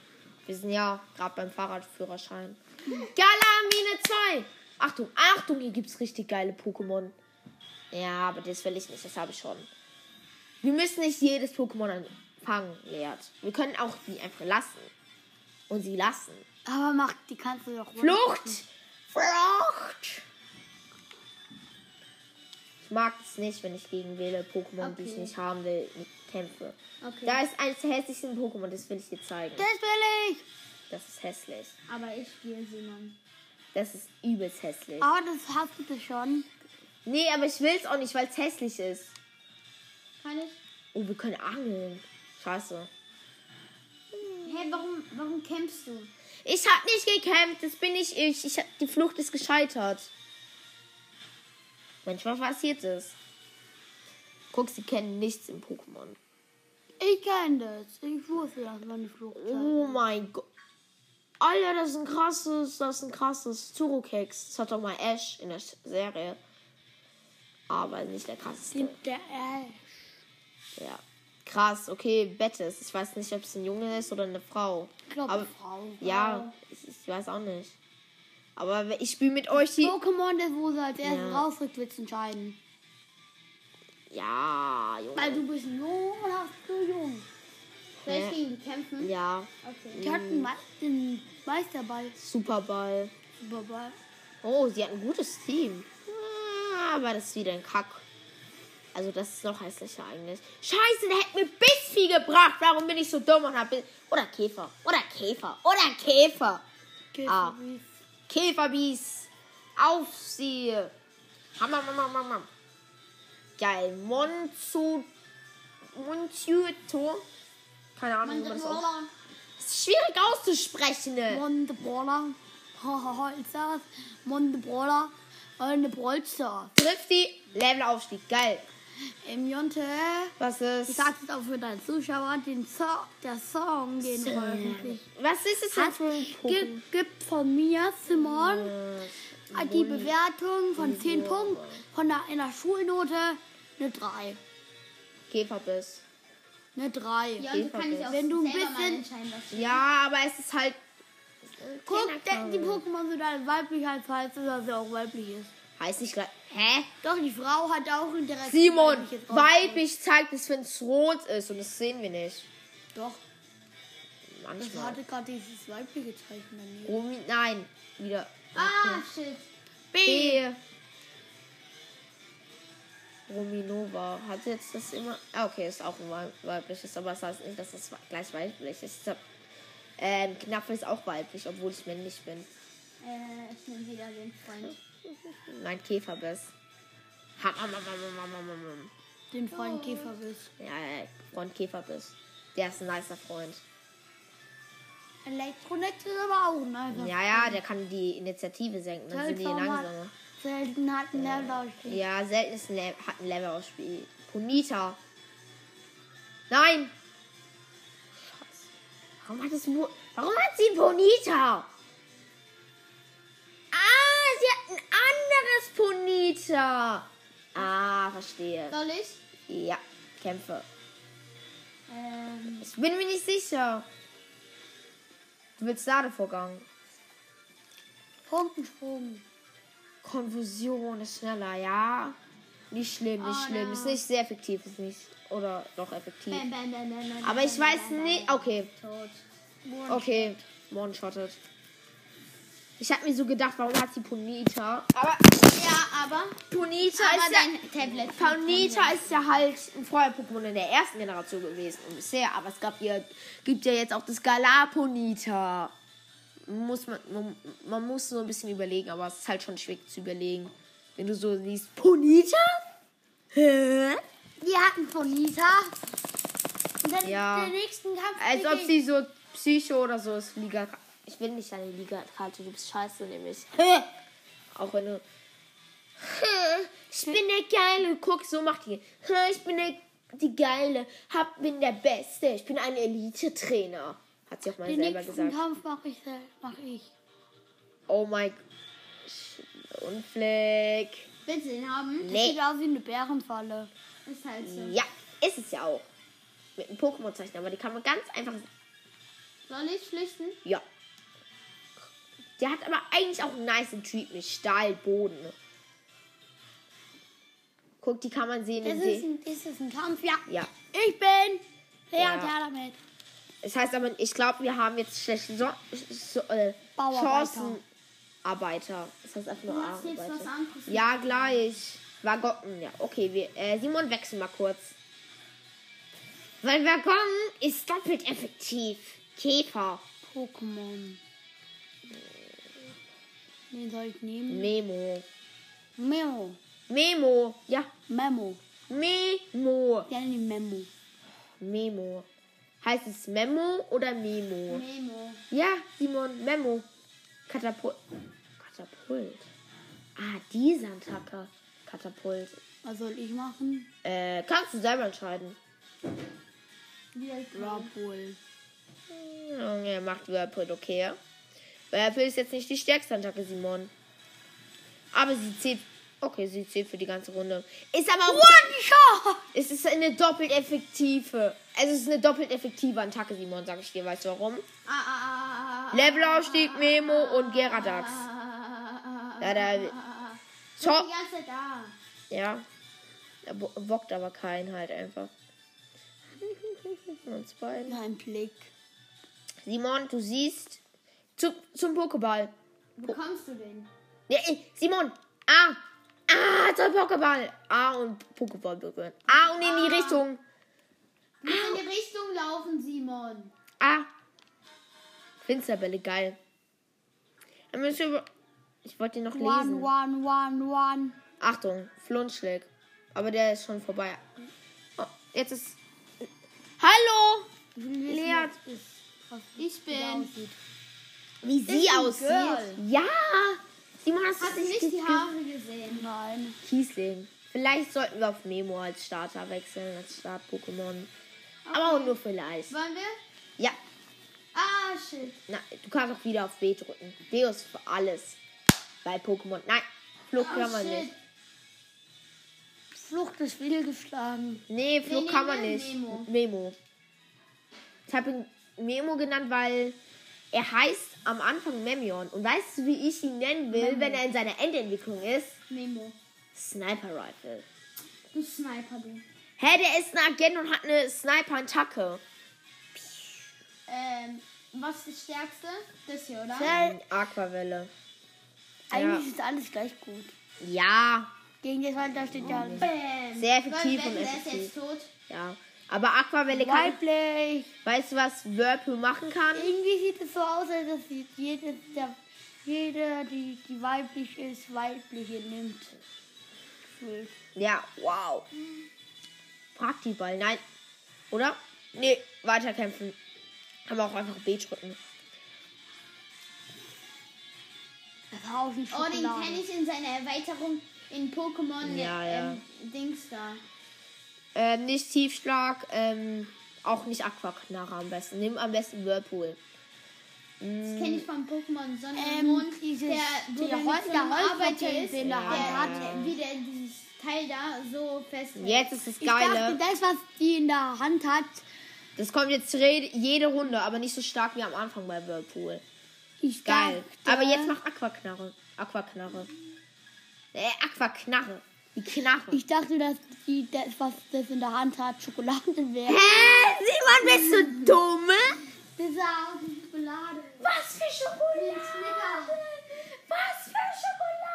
Speaker 1: Wir sind ja gerade beim Fahrradführerschein. Galamine 2. Achtung, Achtung, hier gibt's richtig geile Pokémon. Ja, aber das will ich nicht, das habe ich schon. Wir müssen nicht jedes Pokémon fangen, Leert. Wir können auch die einfach lassen. Und sie lassen.
Speaker 2: Aber mach, die kannst du doch
Speaker 1: Flucht! Flucht! Ich mag es nicht, wenn ich gegen wilde Pokémon, die ich
Speaker 3: Okay.
Speaker 1: nicht haben will, nicht kämpfe.
Speaker 3: Okay.
Speaker 1: Da ist eines der hässlichsten Pokémon, das will ich dir zeigen.
Speaker 2: Das will ich.
Speaker 1: Das ist hässlich.
Speaker 3: Aber ich spiele Simon.
Speaker 1: Das ist übelst hässlich.
Speaker 2: Aber Ah, das hast du schon.
Speaker 1: Nee, aber ich will es auch nicht, weil es hässlich ist.
Speaker 3: Kann ich?
Speaker 1: Oh, wir können angeln. Scheiße.
Speaker 3: Hey, warum, warum kämpfst du?
Speaker 1: Ich hab nicht gekämpft, das bin nicht ich. ich hab, die Flucht ist gescheitert. Mensch, was passiert ist? Guck, sie kennen nichts im Pokémon.
Speaker 2: Ich kenne das. Ich wusste, dass man die Flucht hat.
Speaker 1: Oh mein Gott. Alter, das ist ein krasses, das ist ein krasses Zurukex. Das hat doch mal Ash in der Sch- Serie. Aber nicht der krasseste.
Speaker 2: Der Ash.
Speaker 1: Ja. Krass, okay, Bettes. Ich weiß nicht, ob es ein Junge ist oder eine Frau.
Speaker 2: Ich glaube,
Speaker 1: Aber-
Speaker 2: Frau.
Speaker 1: Ja, ich, ich weiß auch nicht. Aber we- ich spiele mit euch die.
Speaker 2: Pokémon, das wo sie als erstes
Speaker 1: Ja.
Speaker 2: rausrückt, wird entscheiden.
Speaker 1: Ja, Junge.
Speaker 2: Weil du bist jung und hast so jung.
Speaker 3: Soll
Speaker 1: Ja.
Speaker 3: ich gegen die kämpfen?
Speaker 1: Ja,
Speaker 3: Okay.
Speaker 2: Die hat einen Mei- einen Meisterball.
Speaker 1: Superball.
Speaker 2: Superball.
Speaker 1: Oh, sie hat ein gutes Team. Ah, Aber das ist wieder ein Kack. Also das ist noch hässlicher eigentlich. Scheiße, der hätte mir Bissvieh gebracht. Warum bin ich so dumm und hab Biss Oder Käfer. Oder Käfer. Oder Käfer. Ah.
Speaker 2: Käferbiss.
Speaker 1: Käferbies. Auf sie. Hammer, hammer, hammer, hammer. Geil. Monzu... Monzuto. Keine Ahnung, wie man das ausspricht.
Speaker 3: Mandarola.
Speaker 1: Das ist schwierig auszusprechen. Ne?
Speaker 2: Mondebrola. <laughs> Holzers. Mondebrola. Mondebrolster.
Speaker 1: Trifft die. Levelaufstieg. Geil.
Speaker 2: Im Jonte.
Speaker 1: Was
Speaker 2: Ich
Speaker 1: ist...
Speaker 2: sag jetzt auch für deinen Zuschauer, den Song, der Song, den veröffentlicht
Speaker 1: Was ist es denn
Speaker 2: hat,
Speaker 1: für ein Pokémon?
Speaker 2: gibt, gibt von mir, Simon, die Bewertung von 10 Punkten, von der, einer Schulnote eine 3.
Speaker 1: Käferbiss.
Speaker 2: Eine 3.
Speaker 3: Ja, und du
Speaker 1: Käfer
Speaker 3: kann ich
Speaker 1: bist.
Speaker 3: auch
Speaker 2: also, Wenn du ein
Speaker 3: selber mal
Speaker 2: bisschen-
Speaker 3: entscheiden, was du
Speaker 1: Ja, aber es ist halt.
Speaker 2: Äh. halt Guck, de, die Pokémon sind alle weiblich, als heißt es, dass er auch weiblich ist.
Speaker 1: Heißt nicht gleich. Hä?
Speaker 2: Doch, die Frau hat auch Interesse.
Speaker 1: Simon,
Speaker 2: wenn ich jetzt raus-
Speaker 1: weiblich zeigt es, wenn es rot ist und das sehen wir nicht.
Speaker 2: Doch, das
Speaker 1: Manchmal.
Speaker 2: hatte gerade dieses weibliche Zeichen bei mir.
Speaker 1: Romi, nein, wieder.
Speaker 3: Ah, shit.
Speaker 1: B. Rominova hat jetzt das immer. Ah, okay, ist auch ein wei- weibliches, aber das heißt nicht, dass das wei- gleich weiblich ist. Ich hab- Ähm, Knappe ist auch weiblich, obwohl ich männlich bin.
Speaker 3: Äh, ich nehme wieder den Freund.
Speaker 1: Mein Käfer bist. Ha, mam, mam, mam, mam, mam, mam, mam.
Speaker 2: Den Freund
Speaker 1: Oh.
Speaker 2: Käfer ist.
Speaker 1: Ja, ja, Freund Käfer bist. Der ist ein nicer Freund.
Speaker 2: Elektronex ist aber auch ein einfach.
Speaker 1: Ja, ja, der kann die Initiative senken, dann sind die langsamer.
Speaker 2: Selten hat ein Level ausstehen.
Speaker 1: Ja, selten ist ein Le hat ein Level aufs Spiel. Ponita. Nein! Scheiße. Warum hat es nur. Warum hat sie Ponita? Ah, sie hat ein anderes Ponita. Ah, verstehe.
Speaker 3: Soll ich?
Speaker 1: Ja, Kämpfe.
Speaker 3: Ähm,
Speaker 1: Ich bin mir nicht sicher. Du willst Ladevorgang.
Speaker 2: Punktensprung.
Speaker 1: Konfusion ist schneller, ja. Nicht schlimm, nicht
Speaker 3: Oh,
Speaker 1: schlimm.
Speaker 3: no.
Speaker 1: Ist nicht sehr effektiv, ist nicht. Oder doch effektiv.
Speaker 3: bam, bam, bam, bam, bam,
Speaker 1: Aber ich
Speaker 3: bam,
Speaker 1: weiß
Speaker 3: bam, bam,
Speaker 1: nicht.
Speaker 3: bam.
Speaker 1: Okay,
Speaker 3: Tot.
Speaker 1: okay. One-shotted. Ich hab mir so gedacht, warum hat sie Ponita? Aber
Speaker 3: Ja, aber,
Speaker 1: Ponita
Speaker 3: aber
Speaker 1: ist ja.
Speaker 3: dein Tablet.
Speaker 1: Ponita ist ja halt ein Feuer-Pokémon in der ersten Generation gewesen und bisher. Aber es gab ja, gibt ja jetzt auch das Galar-Ponita. Muss man, man, man muss so ein bisschen überlegen, aber es ist halt schon schwierig zu überlegen. Wenn du so siehst, Ponita? Hä?
Speaker 2: Die hatten Ponita. Und dann
Speaker 1: Ja.
Speaker 2: den nächsten Kampf.
Speaker 3: Also,
Speaker 1: Als ob
Speaker 2: gegen-
Speaker 1: sie so Psycho oder so ist, Liga. Ich will nicht deine Liga-Karte, du bist scheiße, nämlich. Auch wenn du. Ich bin der Geile. Guck, so macht die. Ich bin der, die Geile. Hab, bin der Beste. Ich bin ein Elite-Trainer. Hat sie auch mal
Speaker 2: Den
Speaker 1: selber
Speaker 2: nächsten
Speaker 1: gesagt.
Speaker 2: Kampf mache ich. sel- Mach ich.
Speaker 1: Oh mein. Sch- Und Fleck.
Speaker 3: Willst du den haben?
Speaker 2: Das
Speaker 1: Nee.
Speaker 2: sieht aus wie eine Bärenfalle.
Speaker 3: Ist halt so.
Speaker 1: Ja, ist es ja auch. Mit einem Pokémon-Zeichen, aber die kann man ganz einfach.
Speaker 3: Soll ich flüchten?
Speaker 1: Ja. Der hat aber eigentlich auch einen nice Typ mit Stahlboden. Guck, die kann man sehen.
Speaker 2: Das
Speaker 1: In
Speaker 2: ist
Speaker 1: den-
Speaker 2: ein, ist das ein Kampf, ja.
Speaker 1: ja.
Speaker 2: Ich bin Herr
Speaker 1: Ja.
Speaker 2: Talamed.
Speaker 1: Das heißt aber, ich glaube, wir haben jetzt schlechte so so äh,
Speaker 2: Bauarbeiter.
Speaker 1: Chancenarbeiter. Das heißt einfach nur
Speaker 3: Du hast jetzt was
Speaker 1: Arbeiter.
Speaker 3: anderes.
Speaker 1: Ja, gleich. Waggon, ja. Okay, wir, äh, Simon, wechsel mal kurz. Weil Waggon ist doppelt effektiv. Käfer.
Speaker 2: Pokémon. Den soll ich nehmen.
Speaker 1: Memo.
Speaker 2: Memo.
Speaker 1: Memo. Ja.
Speaker 2: Memo.
Speaker 1: Memo.
Speaker 2: Die nennen ihn Memo.
Speaker 1: Memo. Heißt es Memo oder Memo?
Speaker 3: Memo.
Speaker 1: Ja, Simon, Memo. Katapult. Katapult. Ah, dieser Attacker. Katapult.
Speaker 2: Was soll ich machen?
Speaker 1: Äh, kannst du selber entscheiden.
Speaker 2: Whirlpool.
Speaker 1: Junge, er macht Whirlpool, okay. Whirlpool ist jetzt nicht die stärkste Attacke, Simon. Aber sie zählt. Okay, sie zählt für die ganze Runde. Ist aber auch.
Speaker 2: Shot!
Speaker 1: Es ist eine doppelt effektive. Es ist eine doppelt effektive Attacke, Simon, sag ich dir. Weißt du warum?
Speaker 3: Ah, ah, ah, ah, ah,
Speaker 1: Levelaufstieg, Memo und Geradax.
Speaker 3: ah, ah, ah,
Speaker 1: Ja, da.
Speaker 3: ah.
Speaker 1: Top.
Speaker 3: Die ganze Zeit da.
Speaker 1: Ja. Er bo- bockt aber keinen halt einfach. <laughs> Uns beiden.
Speaker 2: Ein Blick.
Speaker 1: Simon, du siehst. Zu, zum Pokéball.
Speaker 3: Bekommst du den?
Speaker 1: Nee, ey, Simon! A! A zum Pokéball! A und Pokéball berühren. A und in
Speaker 2: Ah.
Speaker 1: die Richtung.
Speaker 3: Du musst in die Richtung laufen, Simon.
Speaker 1: A. Finsterbälle, geil. Er müsste über- Ich wollte ihn noch
Speaker 2: One,
Speaker 1: lesen.
Speaker 2: one, one, one.
Speaker 1: Achtung, Flunschlag. Aber der ist schon vorbei. Oh, jetzt ist. Hallo! Lea,
Speaker 3: Ich bin.
Speaker 1: wie sie aussieht.
Speaker 3: Girl.
Speaker 1: Ja! Simon, hast du
Speaker 3: Hast du
Speaker 1: es
Speaker 3: nicht die
Speaker 1: gesehen?
Speaker 3: Haare gesehen?
Speaker 2: Nein.
Speaker 1: Kiesling. Vielleicht sollten wir auf Memo als Starter wechseln, als Start-Pokémon. Aber auch nur vielleicht.
Speaker 3: Wollen wir?
Speaker 1: Ja,
Speaker 3: Ah, shit.
Speaker 1: na, du kannst auch wieder auf B drücken. B ist für alles. Bei Pokémon. Nein, Flug
Speaker 3: Oh,
Speaker 1: kann man
Speaker 3: shit.
Speaker 1: nicht.
Speaker 2: Flucht ist fehlgeschlagen.
Speaker 1: Nee, Flug
Speaker 3: nee,
Speaker 1: kann man
Speaker 3: nee,
Speaker 1: nicht.
Speaker 3: Memo.
Speaker 1: Memo. Ich habe ihn Memo genannt, weil
Speaker 5: Er heißt am Anfang Memion. Und weißt du, wie ich ihn nennen will, wenn er in seiner Endentwicklung ist?
Speaker 3: Memo.
Speaker 5: Sniper Rifle.
Speaker 3: Du Sniper, du.
Speaker 5: Hä, der ist ein Agent und hat eine Sniper-Attacke.
Speaker 3: Ähm, was ist das Stärkste? Das hier, oder?
Speaker 5: Ähm, Aquavelle.
Speaker 2: Eigentlich ist alles gleich gut.
Speaker 5: Ja,
Speaker 2: Gegen das Wald, da steht ja
Speaker 3: Ähm,
Speaker 2: alles.
Speaker 3: Bam.
Speaker 5: Sehr effektiv
Speaker 3: Weil,
Speaker 5: und
Speaker 3: wenn der ist
Speaker 5: effektiv.
Speaker 3: jetzt tot.
Speaker 5: ja. Aber Aquavelle kann.
Speaker 2: Kaltblech.
Speaker 5: Weißt du, was Whirlpool machen kann?
Speaker 2: Irgendwie sieht es so aus, als dass sie jede, der, jede die, die weiblich ist, weibliche nimmt. Gefühlt.
Speaker 5: Ja, wow. Frag die Ball. Nein. Oder? Nee, weiterkämpfen. Kann man auch einfach B drücken.
Speaker 2: Das war auch wie
Speaker 3: Oh, den
Speaker 2: Schokolade.
Speaker 3: kenne ich in seiner Erweiterung in Pokémon
Speaker 5: Ja,
Speaker 3: ähm, Dings da.
Speaker 5: Ähm, nicht Tiefschlag, ähm, auch nicht Aquaknarre am besten. Nimm am besten Whirlpool.
Speaker 3: Das kenne ich von Pokémon Sonne und
Speaker 2: Ähm,
Speaker 3: Mond.
Speaker 2: dieses-
Speaker 3: der, wo
Speaker 2: der
Speaker 3: der,
Speaker 2: Holz-
Speaker 3: mit so
Speaker 2: der
Speaker 3: einem
Speaker 2: Holzblock,
Speaker 3: Arbeiter
Speaker 2: den-
Speaker 3: ist,
Speaker 2: den der
Speaker 3: der
Speaker 2: hat.
Speaker 3: wie der dieses Teil da so fest.
Speaker 5: Jetzt ist das
Speaker 2: Ich dachte,
Speaker 5: Geile.
Speaker 2: das, was die in der Hand hat,
Speaker 5: Das kommt jetzt re- jede Runde, aber nicht so stark wie am Anfang bei Whirlpool.
Speaker 2: ist
Speaker 5: Geil.
Speaker 2: dachte,
Speaker 5: Aber jetzt macht Aquaknarre. Aquaknarre. Äh, Aquaknarre. Die Knarre.
Speaker 2: Ich dachte, dass die, das, was das in der Hand hat, Schokolade wäre.
Speaker 5: Hä? Simon, bist du dumm?
Speaker 3: Das ist auch die Schokolade.
Speaker 1: Was für Schokolade! Was für Schokolade,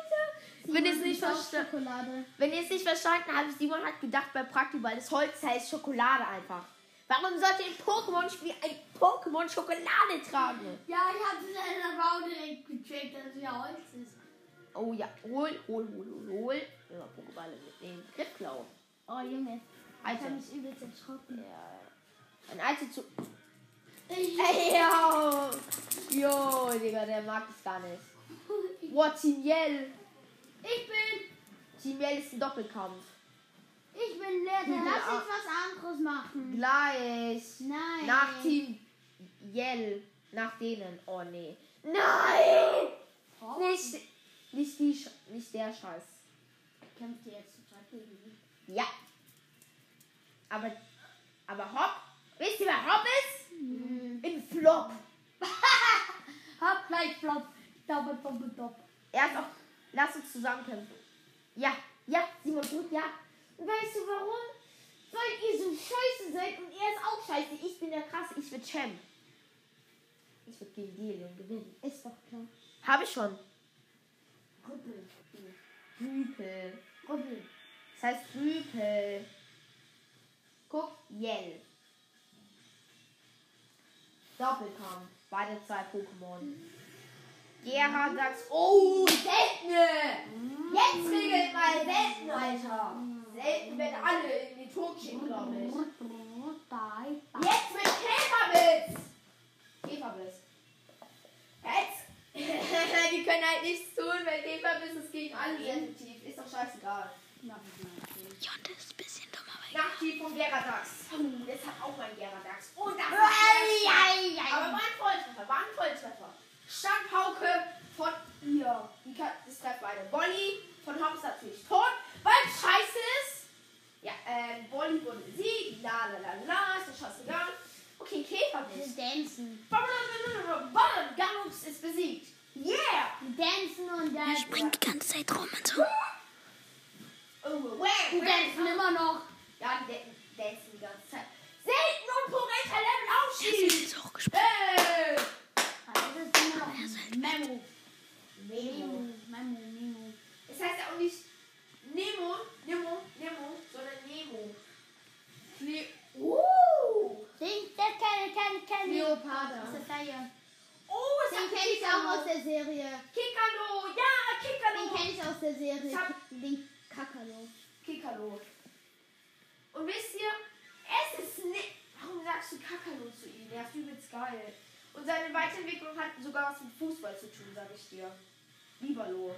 Speaker 1: Alter! Wenn ihr es nicht
Speaker 3: Auch
Speaker 1: verstanden
Speaker 3: Schokolade.
Speaker 1: Wenn ihr es nicht verstanden habt, Simon hat gedacht bei Praktiball, das Holz heißt Schokolade einfach. Warum sollte ein Pokémon-Spiel ein Pokémon Schokolade tragen?
Speaker 3: Ja, ich habe es aber auch direkt gecheckt, dass es ja Holz ist.
Speaker 1: Oh ja, hol, hol, hol, hol, hol. Immer Pokéballe mitnehmen. Griffklau.
Speaker 3: Oh Junge, ich
Speaker 1: Alter.
Speaker 3: habe mich übelst erschrocken.
Speaker 1: Ja. Ein alter zu.
Speaker 3: Ich
Speaker 1: Ey, yo! Yo, Digga, der mag das gar nicht. Boah, Timiel.
Speaker 3: bin,
Speaker 1: Timiel ist ein Doppelkampf.
Speaker 3: ich bin leer. Dann lass uns was anderes machen.
Speaker 1: Gleich.
Speaker 3: Nein.
Speaker 1: Nach Team Yell. Nach denen. Oh nee. Nein! Nicht, nicht, die, Sch- nicht der Scheiß.
Speaker 3: Kämpft ihr jetzt total gegen mich?
Speaker 1: Ja. Aber, aber Hopp. Wisst ihr, wer Hopp ist? Im Flop.
Speaker 3: Hab gleich flop. Double, double, double.
Speaker 1: Er ist auch. Lass uns zusammenkämpfen. Ja, ja, Simon gut, ja. Und weißt du warum? Weil ihr so scheiße seid und er ist auch scheiße. Ich bin der krasse, ich wird Champ. Ich wird gegen Delion gewinnen.
Speaker 3: Ist doch klar.
Speaker 1: Habe ich schon.
Speaker 3: Ruppel.
Speaker 1: Rüpel.
Speaker 3: Ruppel.
Speaker 1: Das heißt Rüpel. Guck, Yell. Doppelkampf. Beide zwei Pokémon. Gerhard sagt, oh, seltene! Jetzt regelt mal selten, Alter. Selten werden alle in den Tod schicken, glaube ich.
Speaker 3: Bye.
Speaker 1: Jetzt mit Käferblitz! Käferblitz. Jetzt? <laughs> Die können halt nichts tun, weil Käferblitz ist gegen alle sensitiv. Ist doch scheißegal.
Speaker 2: Jont ist ein bisschen dumm, aber
Speaker 1: Nachtief vom Geradax. Oh, Das hat auch mein Geradax. Oh, das ist Aber war ein Volltreffer, war ein Volltreffer. Standpauke von ihr. Die kann, das trifft beide. Wolli von Hobbs natürlich tot, weil es scheiße ist. Ja, ähm, Wolli wurde besiegt. La la la la, ist doch scheißegal. Okay, Käfer nicht.
Speaker 3: Dancen.
Speaker 1: Ballern, Gallux ist besiegt. Yeah!
Speaker 3: Dancen und dann.
Speaker 2: springt die ganze Zeit rum und so.
Speaker 1: Oh, wah,
Speaker 3: Die
Speaker 1: wah.
Speaker 3: dancen immer noch.
Speaker 1: Ja, die Dan- dancen die ganze Zeit. Selten und Porenta Level aufschieben.
Speaker 2: hochgesprungen.
Speaker 1: Hey! Ah,
Speaker 3: Das ist immer noch. Memo.
Speaker 1: Memo.
Speaker 3: Memo. Memo. Memo.
Speaker 1: Es heißt ja auch nicht Nemo, Nemo, Nemo, sondern Nemo. Ne oh!
Speaker 3: Den, das kann ich, kann ich, kann ich.
Speaker 1: Leoparda.
Speaker 3: Das ist der hier.
Speaker 1: Oh, es
Speaker 3: Den
Speaker 1: hat
Speaker 3: kenne ich auch aus der Serie.
Speaker 1: Kikalo, ja,
Speaker 3: Den
Speaker 1: Kikalo.
Speaker 3: kenne ich aus der Serie.
Speaker 1: Ich hab-
Speaker 3: Den Kakalo.
Speaker 1: Kikalo. Und wisst ihr, es ist nicht. Warum sagst du Kakalo zu ihm? Der ist übelst geil. Und seine Weiterentwicklung hat sogar was mit Fußball zu tun, sag ich dir. Libalo.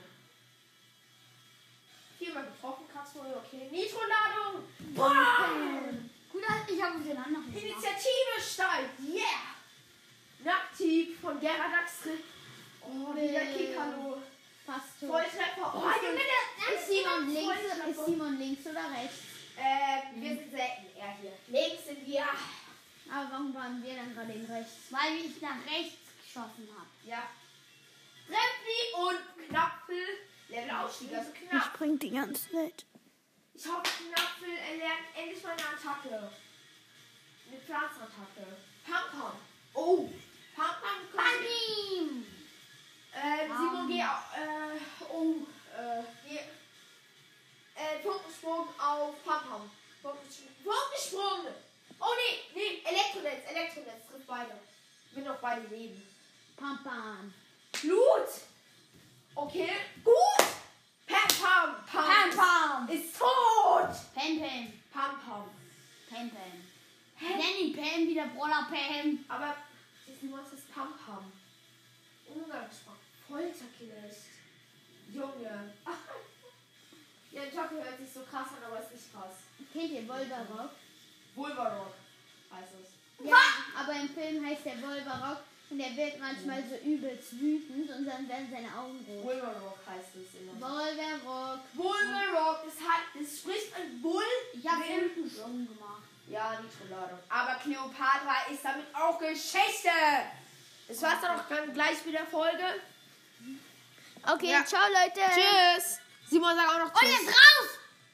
Speaker 1: Viermal getroffen, krass, okay. Nitroladung! Boah!
Speaker 3: Gut, ich habe den anderen. gemacht.
Speaker 1: Initiative steigt, yeah! Nacktieb von Geradax trifft. Oh, der
Speaker 3: Nee.
Speaker 1: Kikalo.
Speaker 3: Fast tot.
Speaker 1: Volltreffer. Oh, Junge, der
Speaker 3: Ist Simon links, ist
Speaker 1: Volltreffer.
Speaker 3: Simon links oder rechts?
Speaker 1: Ähm, wir sind selten eher hier. Links sind wir.
Speaker 3: Aber warum waren wir dann gerade in rechts? Weil ich nach rechts geschossen hat.
Speaker 1: Ja. Treffi und Knapfel. Levelaufstieg, also
Speaker 2: Ich
Speaker 1: knapp.
Speaker 2: spring die ganze Zeit.
Speaker 1: Ich hoffe, Knapfel erlernt endlich mal eine Attacke. Eine Pflanzenattacke. Pam-Pam. Oh. Pam-Pam kann.
Speaker 3: Bam!
Speaker 1: Ähm, Simon, geh auf. Äh, oh. Äh, geh. Äh, Funkensprung auf Pam-Pam. Funkensprung. Funkensprung! Oh nee, nee, Elektronetz, Elektronetz trifft beide. Will noch beide leben.
Speaker 3: Pam, pam.
Speaker 1: Blut! Okay, gut! Pam, pam, pam!
Speaker 3: Pam, pam.
Speaker 1: Ist tot!
Speaker 3: Pam, pam.
Speaker 1: Pam, pam.
Speaker 3: Pam, pam. Ich nenn ihn Pam wieder, Bruder Pam.
Speaker 1: Aber das Monster ist Pam, pam. Umgangssprach. Folterknecht. Junge. <laughs> ja, Jocke hört sich so krass an, aber ist nicht krass.
Speaker 3: Kennt ihr Wolverock?
Speaker 1: Wolverrock heißt es.
Speaker 3: Ja, aber im Film heißt der Wolverock und der wird manchmal so übelst wütend und dann werden seine Augen rot.
Speaker 1: Wolverrock heißt es immer.
Speaker 3: Wolverock.
Speaker 1: Wolverrock, das, hat, das spricht ein Bull.
Speaker 3: Ich habe Wütensprung gemacht.
Speaker 1: Ja, Nitroladung. Aber Cleopatra ist damit auch Geschichte. Das war's dann auch dann gleich mit der Folge.
Speaker 6: Okay, ciao Leute.
Speaker 1: Tschüss. Simon sagt auch noch
Speaker 3: Und
Speaker 1: Tschüss.
Speaker 3: jetzt raus!